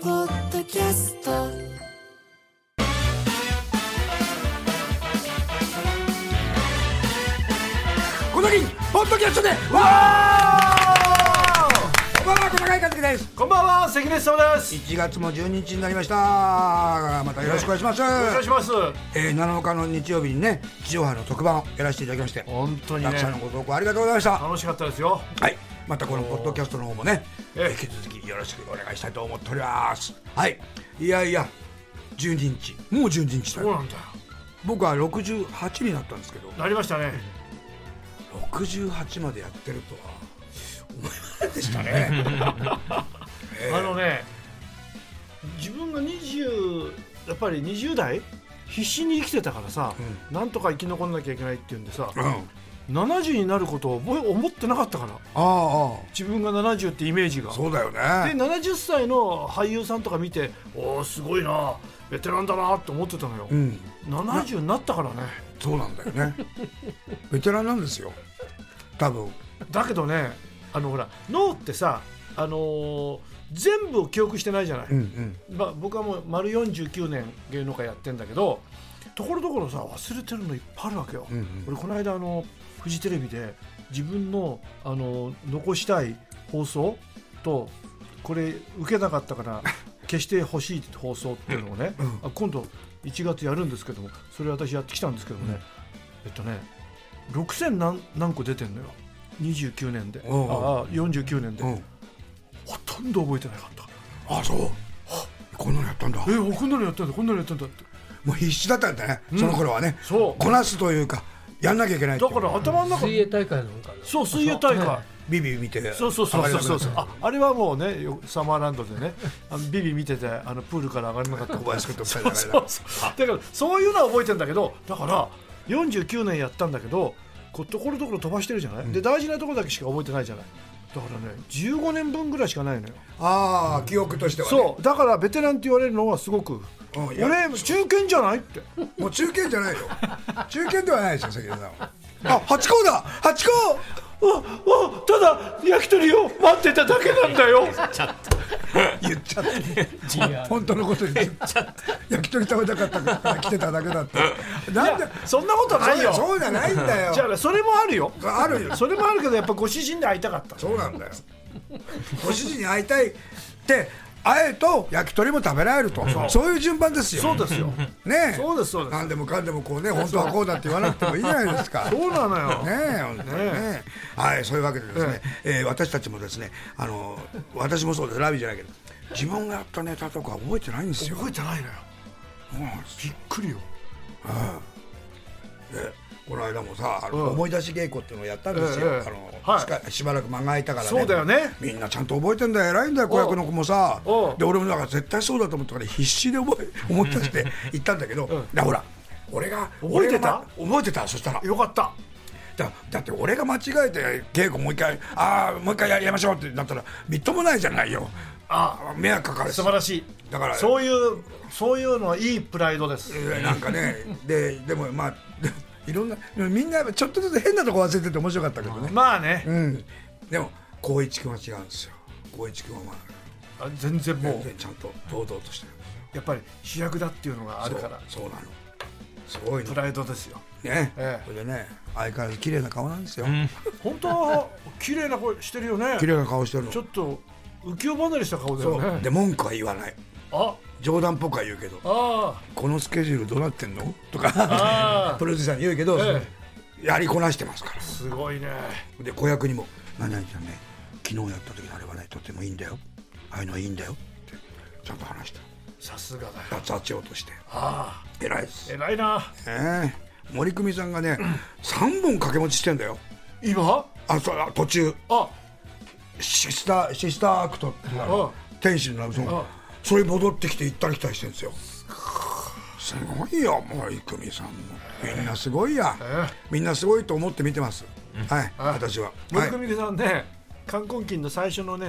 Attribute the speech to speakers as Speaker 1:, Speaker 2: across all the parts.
Speaker 1: ポッドキャスト
Speaker 2: この銀ポッドキャストでわーこんばんは小永和樹です
Speaker 3: こんばんは、関根さんです。
Speaker 2: 1月も12日になりましたまたよろしくお願いします、
Speaker 3: お願いします。
Speaker 2: えー、7日の日曜日にね地上波の特番をやらせていただきまして
Speaker 3: 本当にね
Speaker 2: たくさんのご投稿ありがとうございましたは
Speaker 3: 楽しかったですよ。
Speaker 2: いまたこのポッドキャストの方もね、え
Speaker 3: え
Speaker 2: ー、引き続きよろしくお願いしたいと思っておりますはいいやいや12日もう12日だ
Speaker 3: そう
Speaker 2: よ
Speaker 3: なんだよ。
Speaker 2: 僕は68になったんですけど
Speaker 3: なりましたね。
Speaker 2: 68までやってるとは思いませんでした ね
Speaker 3: あのね、自分が20やっぱり20代必死に生きてたからさ、なんとか生き残らなきゃいけないっていうんでさ、
Speaker 2: うんあ
Speaker 3: 70になることを覚え思ってなかったから、
Speaker 2: あああ
Speaker 3: 自分が70ってイメージが。
Speaker 2: そうだよ
Speaker 3: で
Speaker 2: ね。
Speaker 3: 70歳の俳優さんとか見ておおすごいなベテランだなって思ってたのよ、
Speaker 2: うん、
Speaker 3: 70になったからね
Speaker 2: そうなんだよね。ベテランなんですよ。多分。
Speaker 3: だけどねあのほら脳ってさ、あのー全部を記憶してないじゃない、
Speaker 2: うんうん。
Speaker 3: まあ、僕はもう丸49年芸能界やってんだけどところどころさ忘れてるのいっぱいあるわけよ、
Speaker 2: んうん
Speaker 3: 俺この間あのフジテレビで自分のあの残したい放送とこれ受けなかったから 消してほしいって放送っていうのをね、あ今度1月やるんですけどもそれ私やってきたんですけどもね、えっとね6000何何個出てんのよ29年であ
Speaker 2: おう
Speaker 3: あ49年で、
Speaker 2: うん。
Speaker 3: ほとんど覚えてなかった
Speaker 2: あ、そう。こんなのやったんだ。
Speaker 3: えこんなのやったんだこんなのやったんだって
Speaker 2: もう必死だったんだね。その頃はね。
Speaker 3: そう
Speaker 2: こなすというか、やんなきゃいけないってい
Speaker 3: だ
Speaker 2: う。
Speaker 3: から頭の中
Speaker 4: 水泳大会なのかな
Speaker 3: そう水泳大会
Speaker 2: ビビ見て。
Speaker 3: そうそうそうそう
Speaker 2: 上がれ
Speaker 3: そう
Speaker 2: なくなっ
Speaker 3: ああれはもうねよサマーランドでねあのビビ見ててあのプールから上がれなかった
Speaker 2: た小林君と二人で上がれな
Speaker 3: そ
Speaker 2: く
Speaker 3: うそうだからそういうのは覚えてんだけどだから49年やったんだけどこうところどころ飛ばしてるじゃない、で大事なところだけしか覚えてないじゃないだからね15年分ぐらいしかないのよ
Speaker 2: ああ、記憶としてはね。
Speaker 3: そうだからベテランって言われるのはすごく
Speaker 2: うんいや
Speaker 3: 俺中堅じゃないって
Speaker 2: もう中堅じゃないよ。中堅ではないですよ、関根さんは。あ、八甲だ。八甲。
Speaker 3: わわただ焼き鳥を待ってただけなんだよ
Speaker 2: 言っちゃった。本当のこと言っちゃった。焼き鳥食べたかったから来てただけだって。なんで。
Speaker 3: そんなことないよ
Speaker 2: そうじゃないんだよ。
Speaker 3: じゃあそれもあるよ
Speaker 2: あるよ
Speaker 3: それもあるけどやっぱご主人で会いたかった
Speaker 2: そうなんだよ。 ご主人に会いたいって会えと焼き鳥も食べられると、そういう順番ですよ。
Speaker 3: そうですよ
Speaker 2: ねえ。
Speaker 3: そうですそうです
Speaker 2: 何でもかんでもこうね、本当はこうだって言わなくてもいいじゃないですか。
Speaker 3: そうなの
Speaker 2: ね
Speaker 3: よ、
Speaker 2: え本当にねはいそういうわけでですね、えー私たちもですねあの私もそうですラビじゃないけど自分がやったネタとか覚えてないんですよ
Speaker 3: 覚えてないのよ
Speaker 2: びっくりよ。でこの間もさあの
Speaker 3: うん
Speaker 2: 思い出し稽古っていうのをやったんですよ、
Speaker 3: ええええ
Speaker 2: あの
Speaker 3: はい
Speaker 2: しかしばらく間が空いたからね
Speaker 3: そうだよね
Speaker 2: みんなちゃんと覚えてんだよ偉いんだよ子役の子もさ
Speaker 3: おう
Speaker 2: で俺もだから絶対そうだと思ったから必死で覚え思い出して行ったんだけど、だほら俺が
Speaker 3: 覚えてた
Speaker 2: 俺が覚えてたそしたら
Speaker 3: よかった
Speaker 2: だだって俺が間違えて稽古もう一回ああもう一回やりましょうってなったらみっともないじゃないよあ迷惑かかるし
Speaker 3: 素晴らしい
Speaker 2: だから
Speaker 3: そういうそういうのはいいプライドです
Speaker 2: えーなんかねででもまあ でもいろんなでもみんなちょっとずつ変なとこ忘れてて面白かったけどね、
Speaker 3: まあね、
Speaker 2: うん、でも光一君は違うんですよ光一君はまあ
Speaker 3: あ全然も
Speaker 2: 全然
Speaker 3: う
Speaker 2: ちゃんと堂々としてる
Speaker 3: やっぱり主役だっていうのがあるから
Speaker 2: そうそうなのすごいの
Speaker 3: プライドですよ
Speaker 2: ね、
Speaker 3: ええ
Speaker 2: それでね相変わらず綺麗な顔なんですよ、
Speaker 3: 本当は綺麗な声してるよね
Speaker 2: 綺麗な顔してるの
Speaker 3: ちょっと浮世離れした顔だ
Speaker 2: そ
Speaker 3: よ
Speaker 2: う
Speaker 3: ね
Speaker 2: で文句は言わない
Speaker 3: あ
Speaker 2: 冗談っぽくは言うけど
Speaker 3: あ
Speaker 2: このスケジュールどうなってんのとかプロデューサーに言うけど、
Speaker 3: え
Speaker 2: やりこなしてますから
Speaker 3: ーすごいね
Speaker 2: で子役にも「何々ちゃんね昨日やった時のあれはねとてもいいんだよああいうのはいいんだよ」ってちゃんと話した
Speaker 3: さすがだよ
Speaker 2: 脱圧しようとして
Speaker 3: あ
Speaker 2: 偉いです、
Speaker 3: あ偉いな
Speaker 2: ええ森久美さんがね、三3本掛け持ちしてんだよ
Speaker 3: 今
Speaker 2: あそうあ途中
Speaker 3: あ
Speaker 2: シスターシスターアクトっていうの
Speaker 3: あ
Speaker 2: 天使のラブソング
Speaker 3: あ
Speaker 2: それ戻ってきて行ったり来たりしてるんですよすごいよもう郁美さんもみんなすごいや、みんなすごいと思って見てます、はい、私は、は
Speaker 3: 森
Speaker 2: い、
Speaker 3: 久美子さんね冠婚金の最初のね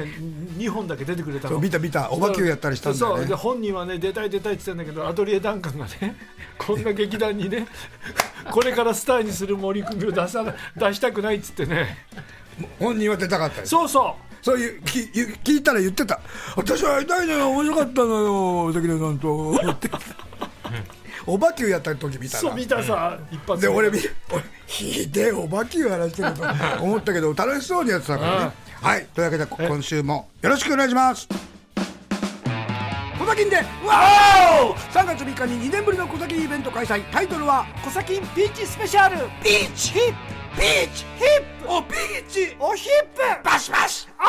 Speaker 3: 2本だけ出てくれた
Speaker 2: そ
Speaker 3: の
Speaker 2: う見た見たお化けをやったりしたんだよ
Speaker 3: そうで
Speaker 2: ね
Speaker 3: 本人はね出たい出たいって言ってたんだけどアトリエダンカンがね こんな劇団にね これからスターにする森久美を出さな出したくないっつってね
Speaker 2: 本人は出たかったです
Speaker 3: そうそ
Speaker 2: そういうきゆ聞いたら言ってた私は会いたいのよ面白かったのよ関根さん とっておばきゅうやった時見
Speaker 3: う
Speaker 2: た
Speaker 3: そう
Speaker 2: ら
Speaker 3: 見たさ一発
Speaker 2: で俺見俺ひでえおばきゅうやらしてると思ったけど楽しそうにやってたからねはいというわけでこ今週もよろしくお願いします小崎でわお3月3日に2年ぶりの小崎イベント開催タイトルは
Speaker 3: 小崎ピーチスペシャル
Speaker 2: ピーチヒップピーチヒップおピーチおヒップバシバシお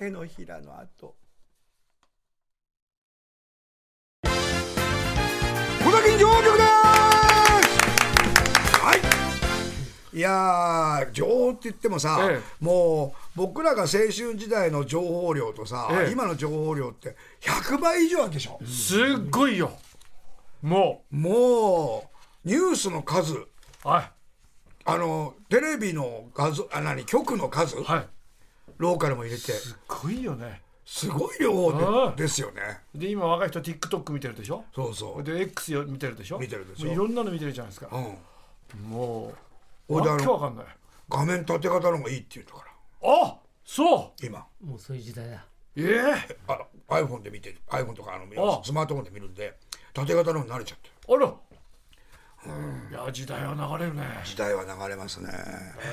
Speaker 2: ヒー手のひらの跡小崎上局ですはいいやー情って言ってもさ、
Speaker 3: ええ
Speaker 2: もう僕らが青春時代の情報量とさ、
Speaker 3: ええ
Speaker 2: 今の情報量って100倍以上あるでしょ、
Speaker 3: すっごいよも
Speaker 2: もうニュースの数
Speaker 3: うは
Speaker 2: あのテレビの画像あ何局の数、
Speaker 3: いはい
Speaker 2: ローカルも入れて
Speaker 3: すっごいよね
Speaker 2: すごい量で
Speaker 3: うん
Speaker 2: ですよね
Speaker 3: で今若い人 TikTok 見てるでしょ
Speaker 2: そうそう
Speaker 3: で X よ見てるでしょ
Speaker 2: 見てるでしょ
Speaker 3: もういろんなの見てるじゃないですか
Speaker 2: うん、
Speaker 3: もう
Speaker 2: ほいであの
Speaker 3: わけわかんない
Speaker 2: 画面縦型の方がいいって言うたから
Speaker 3: あそう
Speaker 2: 今
Speaker 4: もうそういう時代だ
Speaker 3: ええ
Speaker 2: あの iPhone で見てる iPhone とかあ
Speaker 3: あ
Speaker 2: のスマートフォンで見るんで縦型の方に慣れちゃってる
Speaker 3: あら、いや時代は流れるね
Speaker 2: 時代は流れますね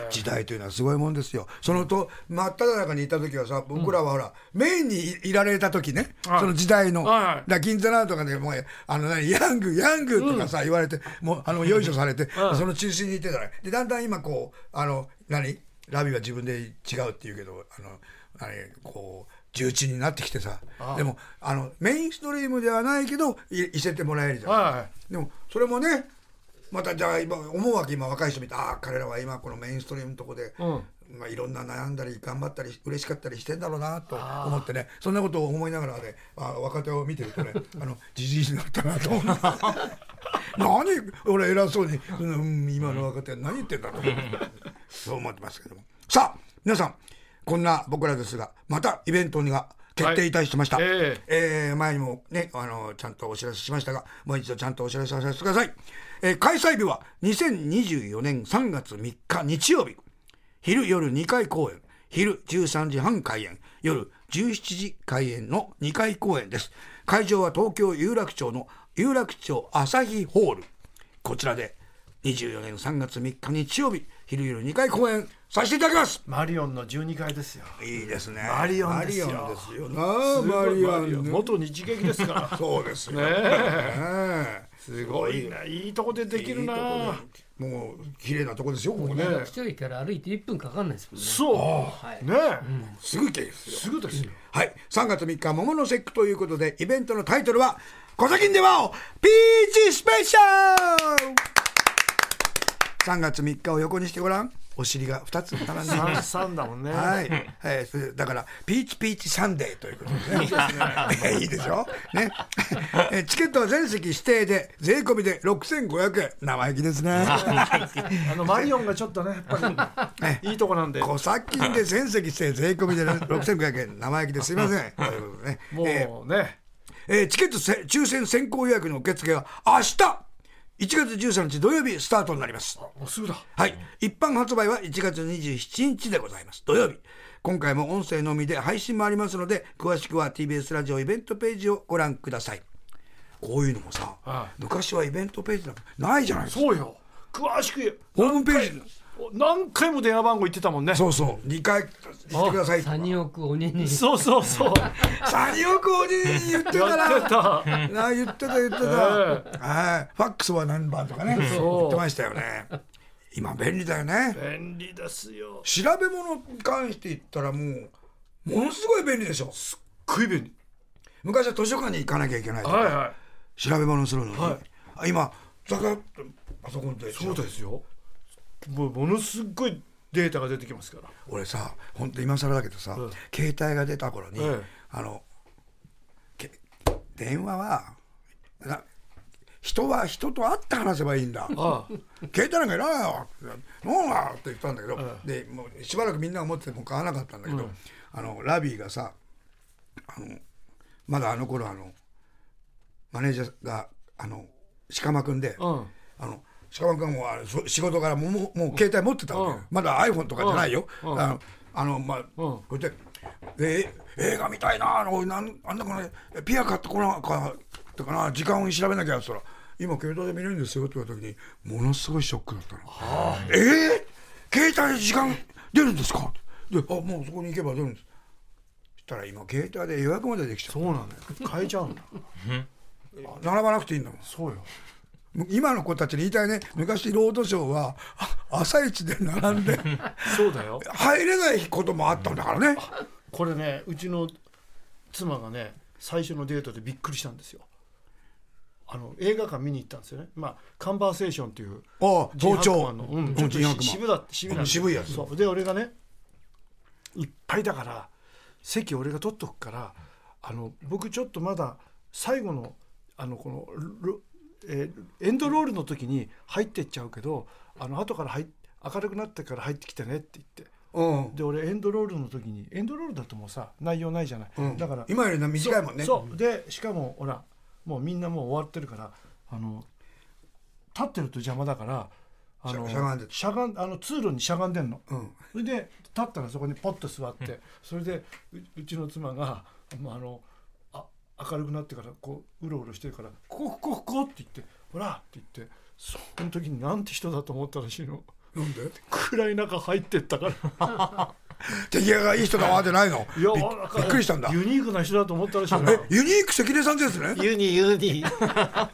Speaker 2: 時代というのはすごいもんですよそのと真っ只中にいた時はさ僕らはほら、メインにいいられた時ね
Speaker 3: はい
Speaker 2: その時代の、
Speaker 3: はいはい
Speaker 2: だから銀座なんとかでもうあの何ヤングヤングとかさ、言われてもうあ のよいしょされて、その中心にいてたらでだんだん今こうあの何ラビは自分で違うって言うけどあの何こう重鎮になってきてさでもあのメインストリームではないけどいいせてもらえるじゃん、
Speaker 3: は
Speaker 2: でもそれもねまたじゃあ今思うわけ今若い人見てああ彼らは今このメインストリームのとこで、
Speaker 3: うん
Speaker 2: まあ、いろんな悩んだり頑張ったり嬉しかったりしてんだろうなと思ってねそんなことを思いながらねあー若手を見てると ねあのじじいになったなと 思う何俺偉そうに、うん、今の若手は何言ってんだとそう思ってますけどもさあ皆さんこんな僕らですがまたイベントにが決定いたしました、
Speaker 3: はいええ
Speaker 2: えー前にもね、あの、ちゃんとお知らせしましたが、もう一度ちゃんとお知らせさせてください。えー開催日は2024年3月3日日曜日。昼夜2回公演。昼13時半開演。夜17時開演の2回公演です。会場は東京有楽町の有楽町朝日ホール。こちらで24年3月3日日曜日、昼夜2回公演させていただきます
Speaker 3: いマリオンの12階ですよ
Speaker 2: いいですね。
Speaker 3: マリオンですよ
Speaker 2: マリオンですよなあマリオンね。
Speaker 3: 元日劇ですから
Speaker 2: そうですよ。
Speaker 3: え
Speaker 2: ね
Speaker 3: え
Speaker 2: え
Speaker 3: すごいないいとこでできるな
Speaker 2: い
Speaker 3: い
Speaker 2: とこでもう綺麗なとこですよここね
Speaker 3: ね
Speaker 4: 一人から歩いて1分かかんないですもんね
Speaker 3: そう、
Speaker 4: い
Speaker 3: ねえ
Speaker 2: すぐ綺麗ですよ
Speaker 3: すぐですよ、
Speaker 2: はい3月3日桃の節句ということでイベントのタイトルは「小崎んでワオピーチスペシャル」3月3日を横にしてごらんお尻が2つ並んでい
Speaker 3: 三
Speaker 2: ます
Speaker 3: 三だもんね、
Speaker 2: はい、えーそれ、だからピーチピーチサンデー ということですね。いいでしょね。えーチケットは全席指定で税込みで6500円生意気ですね。
Speaker 3: あのマリオンがちょっとねやっぱ
Speaker 2: ね
Speaker 3: りいいとこなんで
Speaker 2: 小殺金で全席して税込み で6500円生意気ですいませんということでね、
Speaker 3: もう
Speaker 2: えー
Speaker 3: ね、
Speaker 2: えーチケットせ抽選先行予約の受付は明日1月13日土曜日スタートになります
Speaker 3: もうすぐだ
Speaker 2: はい一般発売は1月27日でございます土曜日今回も音声のみで配信もありますので詳しくは TBS ラジオイベントページをご覧くださいこういうのもさ、
Speaker 3: は
Speaker 2: 昔はイベントページなんかないじゃないですか
Speaker 3: そうよ詳しく
Speaker 2: ホームページ
Speaker 3: 何回も電話番号言ってたもんね
Speaker 2: そうそう2回してくださいとか
Speaker 4: サニオクオネネ
Speaker 3: そうそ うそう
Speaker 2: サニオクおじい言ってたな
Speaker 3: やってた
Speaker 2: なあ言ってた言ってた、はいファックスは何番とかね
Speaker 3: そう
Speaker 2: 言ってましたよね今便利だよね
Speaker 3: 便利ですよ
Speaker 2: 調べ物に関して言ったらもうものすごい便利でしょ
Speaker 3: 食い便利
Speaker 2: 昔は図書館に行かなきゃいけないとか、
Speaker 3: はいはい
Speaker 2: 調べ物するのに、
Speaker 3: はい
Speaker 2: あ今ザカッとパソコンで
Speaker 3: そうですよもうものすごいデータが出てきますから
Speaker 2: 俺さ本当今更だけどさ、携帯が出た頃に、
Speaker 3: ええ
Speaker 2: あの電話はな人は人と会って話せばいいんだ
Speaker 3: あ
Speaker 2: 携帯なんかいらないよもうなって言ったんだけど、でもうしばらくみんなが持ってても買わなかったんだけど、あのラビーがさあのまだあの頃あのマネージャーがあの鹿間くんで、
Speaker 3: あうん
Speaker 2: あの鹿間君はそ仕事からもうもうもう携帯持ってたわけよ、
Speaker 3: うん
Speaker 2: まだ iPhone とかじゃないよ、
Speaker 3: うん
Speaker 2: あのあのまあ、
Speaker 3: うん
Speaker 2: それでえ映画見たいなおいなんあんなこれピア買ってこなかったかな時間を調べなきゃっつったら今携帯で見れるんですよって言われた時にものすごいショックだったの、えー、携帯で時間出るんですかであもうそこに行けば出るんですそしたら今携帯で予約までできちゃ
Speaker 3: そうなんだよ変えちゃうんだ
Speaker 2: う並ばなくていいんだもん
Speaker 3: そうよ
Speaker 2: 今の子たちに言いたいね昔ロードショーはあ朝一で並んで
Speaker 3: そうだよ
Speaker 2: 入れないこともあったんだからね
Speaker 3: これねうちの妻がね最初のデートでびっくりしたんですよあの映画館見に行ったんですよねまあカンバーセーションっていう
Speaker 2: ああ
Speaker 3: ジン
Speaker 2: 盗聴
Speaker 3: ハクマンのう
Speaker 2: うんん
Speaker 3: ちょっと
Speaker 2: ジンハクマン
Speaker 3: 渋だ渋だ
Speaker 2: 渋いやつ
Speaker 3: そうで俺がねいっぱいだから席俺が取っとくからあの僕ちょっとまだ最後のあのこのロえーエンドロールの時に入ってっちゃうけどあの後から入っ明るくなってから入ってきてねって言って
Speaker 2: うん
Speaker 3: で俺エンドロールの時にエンドロールだともうさ内容ないじゃない、
Speaker 2: うん
Speaker 3: だから
Speaker 2: 今よりな短いもんね
Speaker 3: そうそうでしかもほらもうみんなもう終わってるからあの立ってると邪魔だからあの
Speaker 2: しゃしゃがんで
Speaker 3: しゃがんあの通路にしゃがんでんの、
Speaker 2: うん
Speaker 3: それで立ったらそこにポッと座ってそれでううちの妻がまああのあ明るくなってからこううろうろしてるから「ここここここ」って言って「ほら」って言ってその時になんて人だと思ったらしいの
Speaker 2: なんで
Speaker 3: 暗い中入ってったから。
Speaker 2: 敵屋がいい人だわじゃないの
Speaker 3: いや
Speaker 2: びっ
Speaker 3: なんか
Speaker 2: びっくりしたんだ
Speaker 3: ユ ニークな人だと思ったらしいな
Speaker 2: えユニーク関根さんですね
Speaker 3: ユニユニだか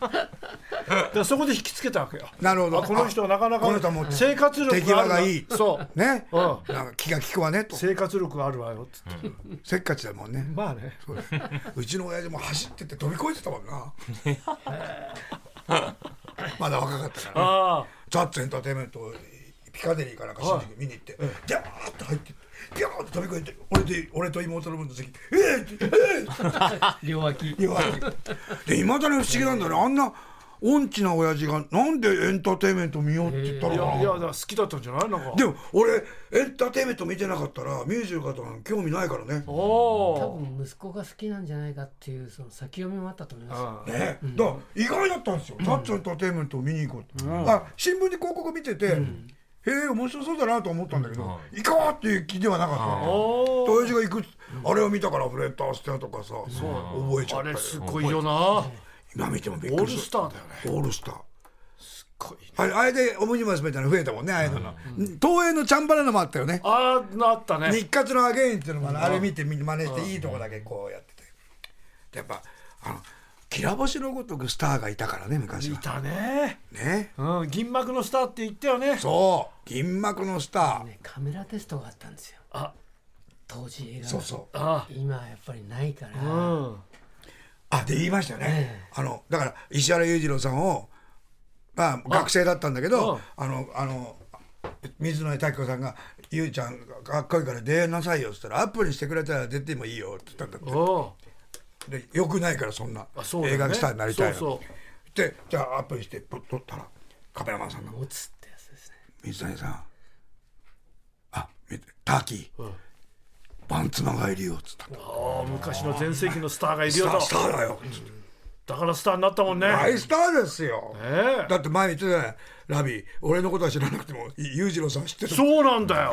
Speaker 3: らそこで引きつけたわけよ
Speaker 2: なるほど
Speaker 3: あこの人はなかなか
Speaker 2: この人はもう
Speaker 3: 生活力がある
Speaker 2: 手際がいい
Speaker 3: そう
Speaker 2: ね
Speaker 3: うん
Speaker 2: なんか気が利くわねと
Speaker 3: 生活力があるわよっつって、
Speaker 2: せっかちだもんね
Speaker 3: まあね
Speaker 2: うちの親父も走ってって飛び越えてたもん なまだ若かったからね
Speaker 3: あ
Speaker 2: ザッツエンターテインメントピカデリーかなんか新宿見に行って、ジャーッと入ってピャーッと飛び越えて俺で俺と妹の分の席「えー、えー、
Speaker 4: 両脇
Speaker 2: 言われていまだに不思議なんだよねあんな音痴な親父がなんでエンターテインメント見ようって言った
Speaker 3: あい
Speaker 2: の
Speaker 3: やい
Speaker 2: か
Speaker 3: や
Speaker 2: な
Speaker 3: だから好きだったんじゃないのか
Speaker 2: でも俺エンターテインメント見てなかったらミュージカルとか興味ないからね
Speaker 3: お
Speaker 4: 多
Speaker 3: お
Speaker 4: 分息子が好きなんじゃないかっていうその先読みもあったと思いますよ
Speaker 3: ああ
Speaker 2: ね、だから意外だったんですよ、タッチエンターテインメントを見に行こうって、あ新聞に広告見てて、へえ面白そうだなと思ったんだけど、行こうっていう気ではなかったの
Speaker 3: おー
Speaker 2: 親父が行くっつあれを見たからフレッド・アステアとかさ、覚えちゃ
Speaker 3: あ
Speaker 2: った
Speaker 3: れ
Speaker 2: よ
Speaker 3: すごいよな
Speaker 2: 今見てもびっ
Speaker 3: オー
Speaker 2: く
Speaker 3: ル
Speaker 2: り
Speaker 3: ス
Speaker 2: す
Speaker 3: ターだよね
Speaker 2: るオールスター
Speaker 3: かっこいい
Speaker 2: あれあれでオムニバスみたいなの増えたもんねああいうのが、東映のチャンバラのもあったよね
Speaker 3: ああなったね
Speaker 2: 日活のアゲインっていうのもあるあれ見て真似していいとこだけこうやっててでやっぱあのきら星のごとくスターがいたからね昔
Speaker 3: い
Speaker 2: は
Speaker 3: たね
Speaker 2: ね
Speaker 3: うん銀幕のスターって言ったよね
Speaker 2: そう銀幕のスター
Speaker 4: ねカメラテストがあったんですよ
Speaker 3: あ
Speaker 4: 当時映画の
Speaker 2: そうそう
Speaker 3: あ
Speaker 4: 今やっぱりないから、
Speaker 3: あうん
Speaker 2: あで言いましたよねあのだから石原裕次郎さんをまあ学生だったんだけどあのあの水野滝子さんが「ゆうちゃんかっこいいから出なさいよ」っつったら「アップにしてくれたら出てもいいよ」って言ったんだって
Speaker 3: おお
Speaker 2: でよくないからそんな
Speaker 3: あそうだね
Speaker 2: 映画スターになりたいなんて
Speaker 3: そう
Speaker 2: でじゃあアップにしてポッと撮ったらカメラマンさんが
Speaker 4: 持つってやつですね
Speaker 2: 「水谷さんあみターキー、バンツマがいるよ」っつったんだ
Speaker 3: ああ昔の全盛期のスターがいる
Speaker 2: ス
Speaker 3: よ
Speaker 2: タ
Speaker 3: と
Speaker 2: ースターだよ」っつって
Speaker 3: だからスターになったもんね
Speaker 2: 大スターですよ、
Speaker 3: ええ
Speaker 2: だって前言ってたねラビー俺のことは知らなくてもい裕次郎さん知ってる
Speaker 3: そうなんだよ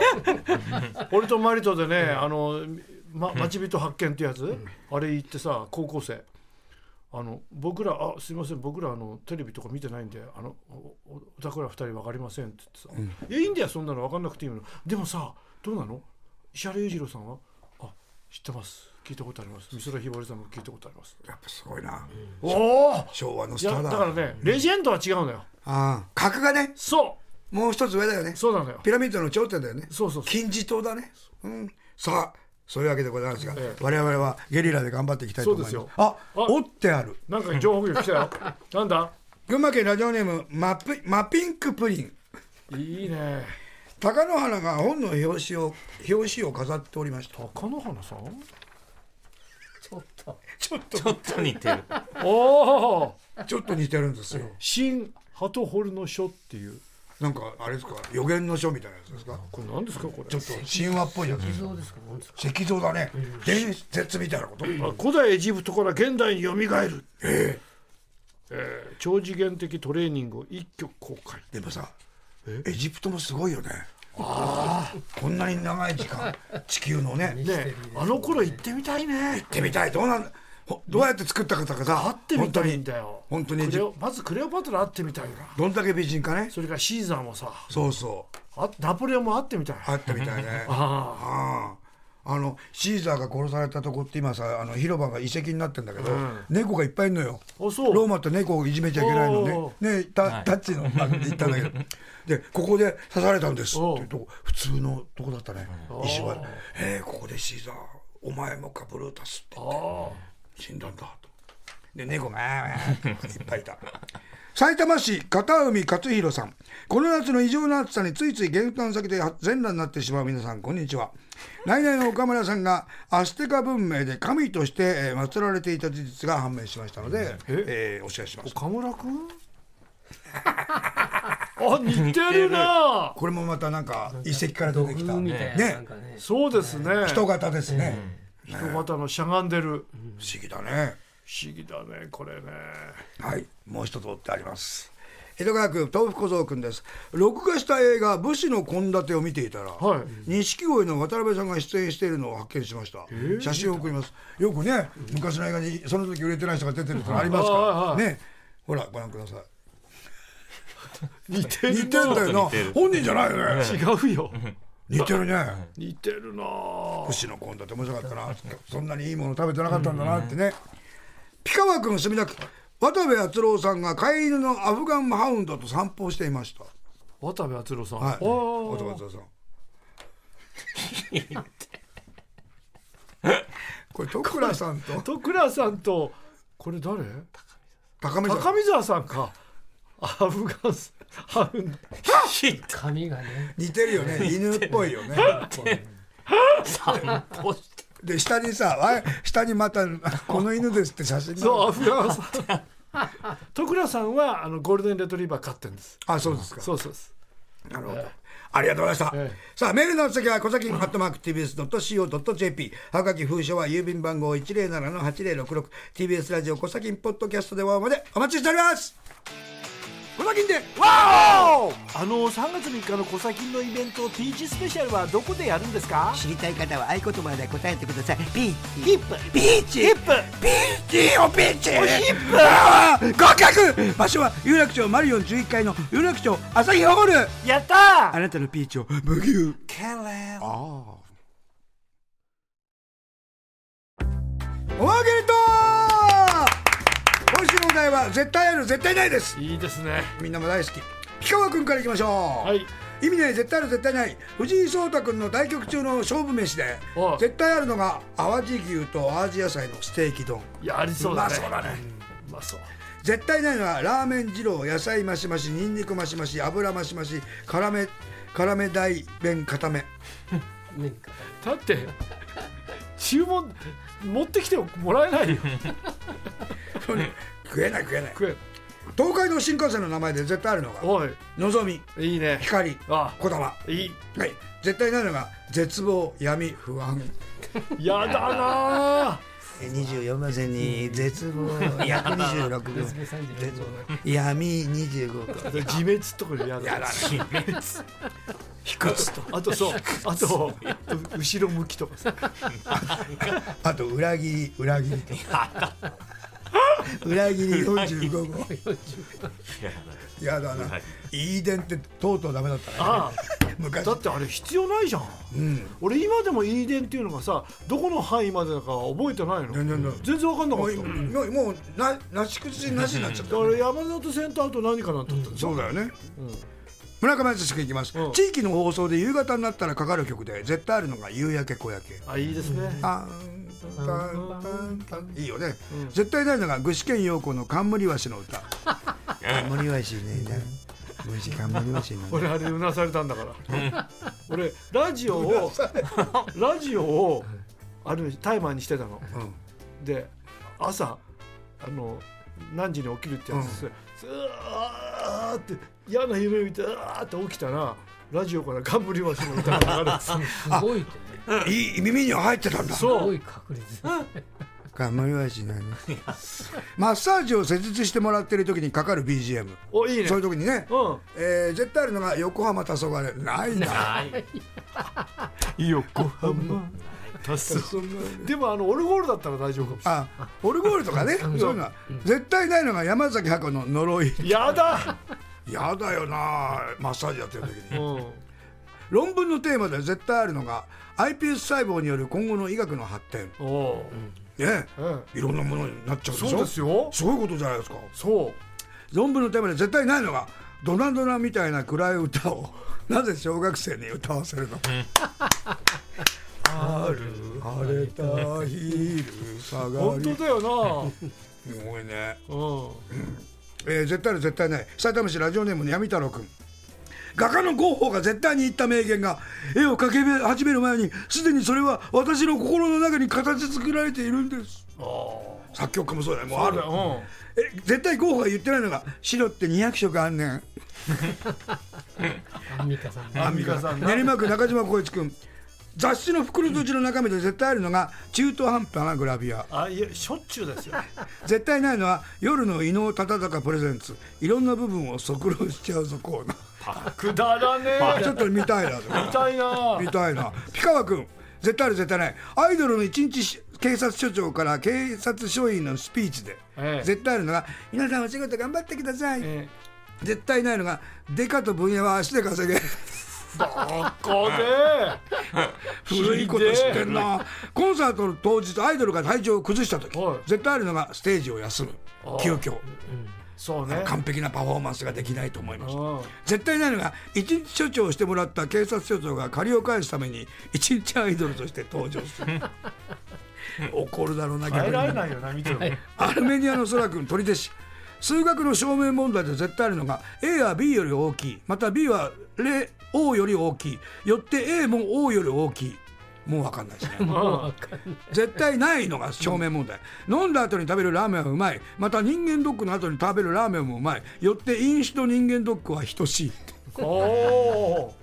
Speaker 3: 俺とマリとでねあの、ま、町人発見ってやつあれ行ってさ高校生あの僕らあすいません僕らあのテレビとか見てないんであのおおおたくら二人分かりませんって言ってさ「いやいいんだよそんなの分かんなくていいのでもさどうなの石原裕次郎さんはあ知ってます聞いたことあります美空ひばりさんも聞いたことあります
Speaker 2: やっぱすごいな
Speaker 3: おお
Speaker 2: 昭和の
Speaker 3: い
Speaker 2: スタ
Speaker 3: や
Speaker 2: ーだ
Speaker 3: だからねレジェンドは違うのよ
Speaker 2: ああ格がね
Speaker 3: そ
Speaker 2: もう一つ上だよね
Speaker 3: うそうなのよ
Speaker 2: ピラミッドの頂点だよね
Speaker 3: そうそうそう
Speaker 2: 金字塔だねうんさあそういうわけでございますが、我々はゲリラで頑張っていきたいと思います
Speaker 3: そうですよ
Speaker 2: あ折ってある
Speaker 3: なんか情報力来たよなんだ
Speaker 2: 群馬県ラジオネームマップマピンクプリン
Speaker 3: いいね
Speaker 2: 貴乃花が本の表紙を表紙を飾って おりました
Speaker 3: 高野花さん
Speaker 4: ちょっと
Speaker 5: ちょっと似てる。
Speaker 3: おお
Speaker 2: ちょっと似てるんですよ
Speaker 3: 新鳩ホルの書っていう
Speaker 2: なんかあれですか予言の書みたいなやつですか
Speaker 3: これ何ですかこれ
Speaker 2: ちょっと神話っぽいやつです
Speaker 4: 偽
Speaker 2: よ
Speaker 4: 造ですかなんですか
Speaker 2: 石像だね伝説みたいなこと
Speaker 3: あ古代エジプトから現代によみがえる、えー超次元的トレーニングを一挙公開
Speaker 2: でもさエジプトもすごいよねこんなに長い時間地球のね行っ
Speaker 3: ねあの頃行ってみたいね
Speaker 2: てみたいどうなんほどうやって作ったかとかさ
Speaker 3: 会ってみたいんだよ
Speaker 2: 本当に
Speaker 3: クレオまずクレオパトラ会ってみたいな
Speaker 2: どんだけ美人かね
Speaker 3: それからシーザーもさ
Speaker 2: そうそう
Speaker 3: あナポレオンも会ってみたい
Speaker 2: あったみたいね
Speaker 3: あ
Speaker 2: あああのシーザーが殺されたとこって今さあの広場が遺跡になってんだけど、猫がいっぱいいるのよ
Speaker 3: あそう
Speaker 2: ローマって猫をいじめちゃいけないの
Speaker 3: お
Speaker 2: ねねタ,、タッチの番組で行ったんだけどでここで刺されたんですっていうとこ普通のとこだったね石は「えー、ここでシーザーお前もかブルータス」って言って
Speaker 3: あ
Speaker 2: 死んだんだとで猫があーあーいっぱいい た埼玉市片海勝弘さんこの夏の異常な暑さについつい玄関先で全裸になってしまう皆さんこんにちは来年の岡村さんがアステカ文明で神としてえー祀られていた事実が判明しましたので、えーお知らせします
Speaker 3: 岡村 君あ似てるな
Speaker 2: これもまたなんか遺跡から出てきた
Speaker 4: みたいな、なん
Speaker 2: ね
Speaker 4: かね。
Speaker 3: そうですね
Speaker 2: 人型ですね、
Speaker 3: 人型のしゃがんでる
Speaker 2: 不思議だね
Speaker 3: 不思議だねこれね
Speaker 2: はい、もう一つ追ってあります。江戸川区豆腐小僧君です録画した映画「武士の献立」を見ていたら
Speaker 3: はい
Speaker 2: 錦鯉、の渡辺さんが出演しているのを発見しました、写真を送りますよくね昔の映画にその時売れてない人が出てるってのありますから
Speaker 3: はいはい
Speaker 2: ねほらご覧ください
Speaker 3: 似てる
Speaker 2: 似てるんだよな本人じゃないよね
Speaker 3: 違うよ
Speaker 2: 似てるね
Speaker 3: 似てるな
Speaker 2: 武士の献立面白かったなそんなにいいもの食べてなかったんだなってねピカワ君墨田区渡部篤郎さんが飼い犬のアフガンハウンドと散歩をしていました
Speaker 3: 渡部篤郎さん、
Speaker 2: はい。
Speaker 3: お
Speaker 2: お
Speaker 3: ー
Speaker 2: とさん。これ徳倉さんと
Speaker 3: 徳倉さんとこれ誰
Speaker 2: 高見さん。
Speaker 3: 高見沢さんかアフガンスハウン
Speaker 4: 髪がね。
Speaker 2: 似てるよね。犬っぽいよね。
Speaker 5: 散歩して
Speaker 2: で下にさ、あ下にまたこの犬ですって写真が。
Speaker 3: そうアフガンさん徳倉さんはあのゴールデンレトリーバー飼ってんです
Speaker 2: あ、そうですか。
Speaker 3: そうそうです
Speaker 2: なるほど。ありがとうございました。
Speaker 3: ええ
Speaker 2: さあ、メールの宛先は、小崎ハットマーク TBS.CO.JP。はがき封書は郵便番号107-8066。TBS ラジオ小崎ポッドキャストではまでお待ちしております。小崎で、
Speaker 6: あの3月3日のコサキンのイベント T 字スペシャルはどこでやるんですか
Speaker 7: 知りたい方は合言葉で答えてくださいピー
Speaker 6: ヒップ
Speaker 2: ピーチ
Speaker 6: ヒップ
Speaker 2: ピーチおピーチおヒップあー合格場所は有楽町マリオン11階の有楽町朝日ホール
Speaker 6: やったー
Speaker 2: あなたのピーチをブギューおまけにと今週のお題は絶対ある絶対ないです
Speaker 3: いいですね
Speaker 2: みんなも大好き氷川君からいきましょう、
Speaker 3: はい
Speaker 2: 意味ない絶対ある絶対ない藤井聡太君の対局中の勝負飯で
Speaker 3: はい
Speaker 2: 絶対あるのが淡路牛と淡路野菜のステーキ丼
Speaker 3: やりそうだね
Speaker 2: うまそうだね
Speaker 3: うんうまそう
Speaker 2: 絶対ないのはラーメン二郎野菜増し増しにんにく増し増し油増し増し辛め辛め大弁固め
Speaker 4: なんか
Speaker 3: だって注文持ってきてもらえないよ
Speaker 2: 食えない食えない
Speaker 3: 食え
Speaker 2: 東海道新幹線の名前で絶対あるのが
Speaker 3: おい
Speaker 2: のぞみ
Speaker 3: いいね
Speaker 2: 光
Speaker 3: あ
Speaker 2: こだま
Speaker 3: いい
Speaker 2: はい絶対ないのが絶望闇不安
Speaker 3: やだなあ
Speaker 7: 24万線に絶望126分
Speaker 4: 別に三十
Speaker 7: 絶望闇25個
Speaker 3: 自滅とかでやだ
Speaker 2: やだね
Speaker 5: 秘密
Speaker 3: あとそうあとう後ろ向きとかさ
Speaker 2: あと裏切り裏切りと裏切り45号やだな
Speaker 5: 裏切
Speaker 2: いい伝ってとうとうダメだったね
Speaker 3: ああ
Speaker 2: 昔
Speaker 3: だってあれ必要ないじゃん、俺今でも E 電っていうのがさどこの範囲までだか覚えてないの
Speaker 2: 全然ない
Speaker 3: 全然わかんなか
Speaker 2: も
Speaker 3: っ
Speaker 2: うもうもうななし崩しなしになっちゃった
Speaker 3: たあれ山手線とあと何かなんてあったんでしょ
Speaker 2: そうだよね、村上敦君いきます、
Speaker 3: うん
Speaker 2: 地域の放送で夕方になったらかかる曲で絶対あるのが夕焼け小焼け
Speaker 3: あいいですね、
Speaker 2: あーたんたんたんいいよね、絶対ないのが具志堅用子の「冠わしの歌
Speaker 7: 森はしねえな虫冠はしね
Speaker 3: 俺あれうなされたんだから俺ラジオをラジオをあるタイマーにしてたの、
Speaker 2: うん
Speaker 3: で朝あの何時に起きるってやつです、ずーって嫌な夢見てうわーって起きたらラジオから冠ワシの歌が流れ てた
Speaker 4: すごいってね
Speaker 2: いい耳には入ってたんだ
Speaker 4: すごい確率
Speaker 2: 頑張りはしないねマッサージを施術してもらってる時にかかる BGM
Speaker 3: おいいね
Speaker 2: そういう時にね、
Speaker 3: うん
Speaker 2: えー絶対あるのが横浜黄昏ないな
Speaker 3: 横浜でもあのオルゴールだったら大丈夫かもしれな
Speaker 2: あオルゴールとかねそういうのは絶対ないのが山崎箱の呪い
Speaker 3: いやだ、
Speaker 2: やだよなマッサージやってる時
Speaker 3: う
Speaker 2: に
Speaker 3: ん、
Speaker 2: 論文のテーマで絶対あるのが iPS 細胞による今後の医学の発展
Speaker 3: おお
Speaker 2: ね
Speaker 3: う、うん、
Speaker 2: いろんなものになっちゃうでしょ
Speaker 3: そうですよ
Speaker 2: すごいことじゃないですか
Speaker 3: そう
Speaker 2: 論文のテーマで絶対ないのがドナドナみたいな暗い歌を なぜ小学生に歌わせるの ある晴れた昼下が
Speaker 3: 本
Speaker 2: り
Speaker 3: 当だよ
Speaker 2: すごいね
Speaker 3: な、うん、
Speaker 2: えー絶対ある絶対ない埼玉市ラジオネームの闇太郎君画家のゴッホが絶対に言った名言が絵を描き始める前にすでにそれは私の心の中に形作られているんです作曲家もそうだねもうある
Speaker 3: うん
Speaker 2: え絶対ゴッホが言ってないのが白って200色あんねん
Speaker 4: アンミカさん
Speaker 2: アンミカさん練馬区中島光一君雑誌の袋閉じの中身で絶対あるのが中途半端なグラビア
Speaker 3: あいやしょっちゅうですよ
Speaker 2: 絶対ないのは夜の伊能忠敬プレゼンツいろんな部分を即漏しちゃうぞコーナ
Speaker 3: くだらね
Speaker 2: ーちょっと見たいな
Speaker 3: えみたいな
Speaker 2: みたいな。ピカワ君、絶対ある絶対ない。アイドルの一日し警察署長から警察署員のスピーチで、
Speaker 3: ええ
Speaker 2: 絶対あるのが、皆さんお仕事頑張ってください。
Speaker 3: え
Speaker 2: 絶対ないのが、デカと分野は足で稼げ。
Speaker 3: これ
Speaker 2: 古いこと知ってるな。 コンサートの当日、アイドルが体調を崩した時、
Speaker 3: はい
Speaker 2: 絶対あるのが、ステージを休む。急遽、
Speaker 3: そうね
Speaker 2: 完璧なパフォーマンスができないと思いました。
Speaker 3: うん
Speaker 2: 絶対ないのが一日署長をしてもらった警察署長が借りを返すために一日アイドルとして登場す る怒るだろうな逆
Speaker 3: 耐えられ
Speaker 2: に
Speaker 3: ないよな見ても
Speaker 2: アルメニアの空君取り弟子数学の証明問題で絶対あるのが A は B より大きいまた B は 0- O より大きいよって A も O より大きいもう分かんないですね 絶対ないのが正面問題、飲んだ後に食べるラーメンはうまいまた人間ドックの後に食べるラーメンもうまいよって飲酒と人間ドックは等しい
Speaker 3: おお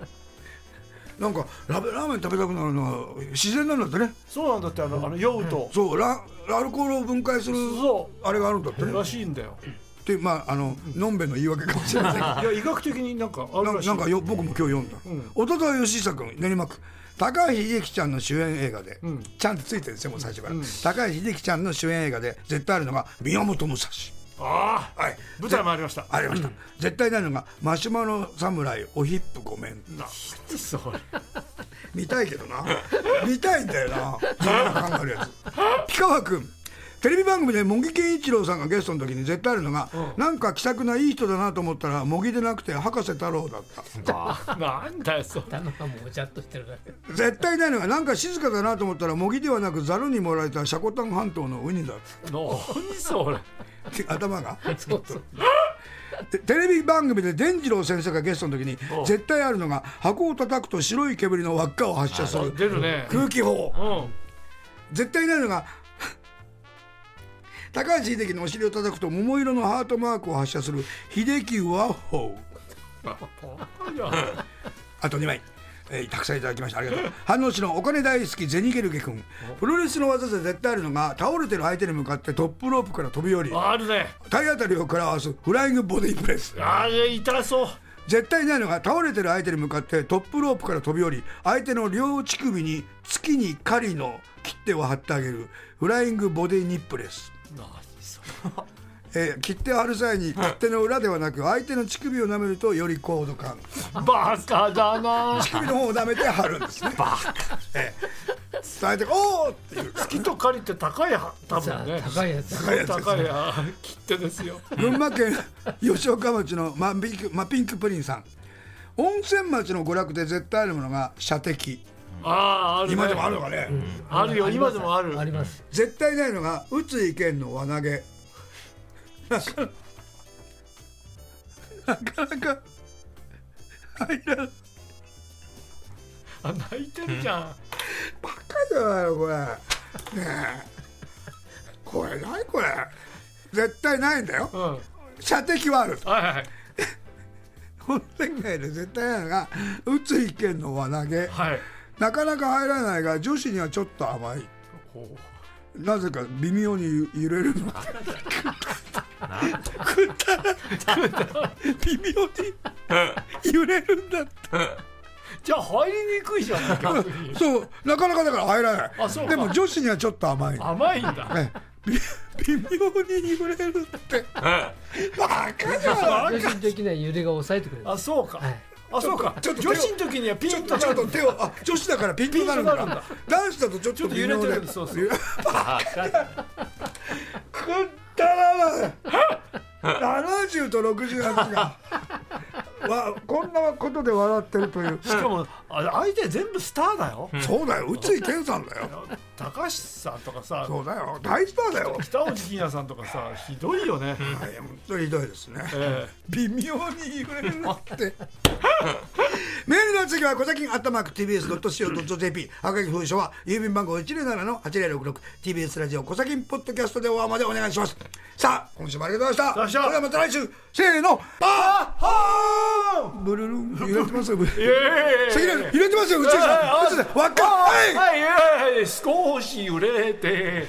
Speaker 2: なんかラベラーメン食べたくなるのは自然なんだってね
Speaker 3: そうなんだってあのあの酔うと
Speaker 2: そうラアルコールを分解する
Speaker 3: そ
Speaker 2: あれがあるんだってね
Speaker 3: うらしいんだよ
Speaker 2: ってまああののんべんの言い訳かもしれませんけ
Speaker 3: いや医学的になんかあ
Speaker 2: ど
Speaker 3: る
Speaker 2: な
Speaker 3: らしい
Speaker 2: なんかよ僕も今日読んだ、一昨日吉久君練馬区高橋英樹ちゃんの主演映画で、ちゃんとついてるんですよもう最初から、高橋英樹ちゃんの主演映画で絶対あるのが宮本武蔵
Speaker 3: あ
Speaker 2: はい
Speaker 3: あ舞台もありました
Speaker 2: ありました、絶対ないのがマシュマロ侍おヒップごめんな
Speaker 3: それ
Speaker 2: 見たいけどな見たいんだよな自分が考えるやつピカワ君テレビ番組で茂木健一郎さんがゲストの時に絶対あるのが、なんか気さくないい人だなと思ったら茂木でなくて博士太郎だった
Speaker 3: なんだよそれ
Speaker 4: 頭がもうちゃっとしてるだけ
Speaker 2: 絶対ないのがなんか静かだなと思ったら茂木ではなくざるに盛られたシャコタン半島のウニだっ
Speaker 3: 何それ
Speaker 2: た頭が
Speaker 4: そうそう
Speaker 2: で テレビ番組で伝次郎先生がゲストの時に絶対あるのが箱を叩くと白い煙の輪っかを発射する
Speaker 3: 出るね
Speaker 2: 空気砲
Speaker 3: うん
Speaker 2: 絶対ないのが 高橋英樹のお尻を叩くと桃色のハートマークを発射する秀樹ワッホーあと2枚、えーたくさんいただきましたありがとう反応しのお金大好きゼニゲルゲ君プロレスの技で絶対あるのが倒れてる相手に向かってトップロープから飛び降り
Speaker 3: あるね
Speaker 2: 体当たりを食らわすフライングボディープレス
Speaker 3: あれ痛そう
Speaker 2: 絶対ないのが倒れてる相手に向かってトップロープから飛び降り相手の両乳首に月に狩りの切手を貼ってあげるフライングボディニップレス えー切手を貼る際に切手の裏ではなく相手の乳首を舐めるとより高度 感
Speaker 3: バカだな
Speaker 2: 乳首の方を舐めて貼るんですねバえー伝えておおっていう
Speaker 3: 月と借りって高いは多分ね
Speaker 4: 高いやつ
Speaker 2: 高いやつです
Speaker 3: 高いや切手ですよ
Speaker 2: 群馬 県吉岡町のマピンクマピンクプリンさん温泉町の娯楽で絶対あるものが射的
Speaker 3: ああーあるね
Speaker 2: 今でもあるのかね、
Speaker 3: あるよ今でもある
Speaker 4: あります
Speaker 2: 絶対ないのが宇津井健の輪投げなかなかなかなか入らない
Speaker 3: あ泣いてるじゃん
Speaker 2: バカじゃないのこれねえこれ何これ絶対ないんだよ
Speaker 3: うんはい
Speaker 2: 射的はある
Speaker 3: はいはい
Speaker 2: 本世界で絶対ないのが打つ意見の輪投げ
Speaker 3: はい
Speaker 2: なかなか入らないが女子にはちょっと甘い
Speaker 3: ほう
Speaker 2: なぜか微妙に揺れるのくったら微妙に揺れるんだって
Speaker 3: じゃあ入りにくいじゃん逆に
Speaker 2: そうなかなかだから入らない
Speaker 3: あそうか
Speaker 2: でも女子にはちょっと甘いの
Speaker 3: 甘いんだ
Speaker 2: ねび微妙に揺れるってバカじゃん
Speaker 4: 女子的な揺れが抑えてくれる。
Speaker 3: あそうか、
Speaker 4: はい
Speaker 3: あそうか
Speaker 2: ちょっと
Speaker 3: 女子の時にはピ
Speaker 2: ちょ
Speaker 3: ン
Speaker 2: っ
Speaker 3: と
Speaker 2: とちょっと手をあ女子だからピンクになるん
Speaker 3: ピンクにな
Speaker 2: だ
Speaker 3: る
Speaker 2: 男子だとちょっ
Speaker 3: ち
Speaker 2: と
Speaker 3: ょっと
Speaker 2: 微
Speaker 3: 揺れ
Speaker 2: 妙
Speaker 3: て
Speaker 2: で
Speaker 3: るそうそう
Speaker 2: くったらない70と68がわこんなことで笑ってるという
Speaker 3: しかもあ相手全部スターだよ、
Speaker 2: そうだよ宇井健さんだよ
Speaker 3: 高橋さんとかさ
Speaker 2: そうだよ大スターだよ
Speaker 3: 北尾千里さんとかさひどいよね、
Speaker 2: はい本当にひどいですね
Speaker 3: え
Speaker 2: 微妙に揺れるってメールの次は小崎アットマーク TBS.CO.JP 赤木封書は郵便番号 107-8066TBS ラジオ小崎ポッドキャストでお会いまでお願いしますさあ今週もありがとうございました
Speaker 3: よっしゃ
Speaker 2: それではまた来週せーのバッホーンブルルン揺れてますよ
Speaker 3: えええ
Speaker 2: 関根揺れてますよ宇宙さん宇宙さんわっかはい
Speaker 3: はいはいはい少し揺れて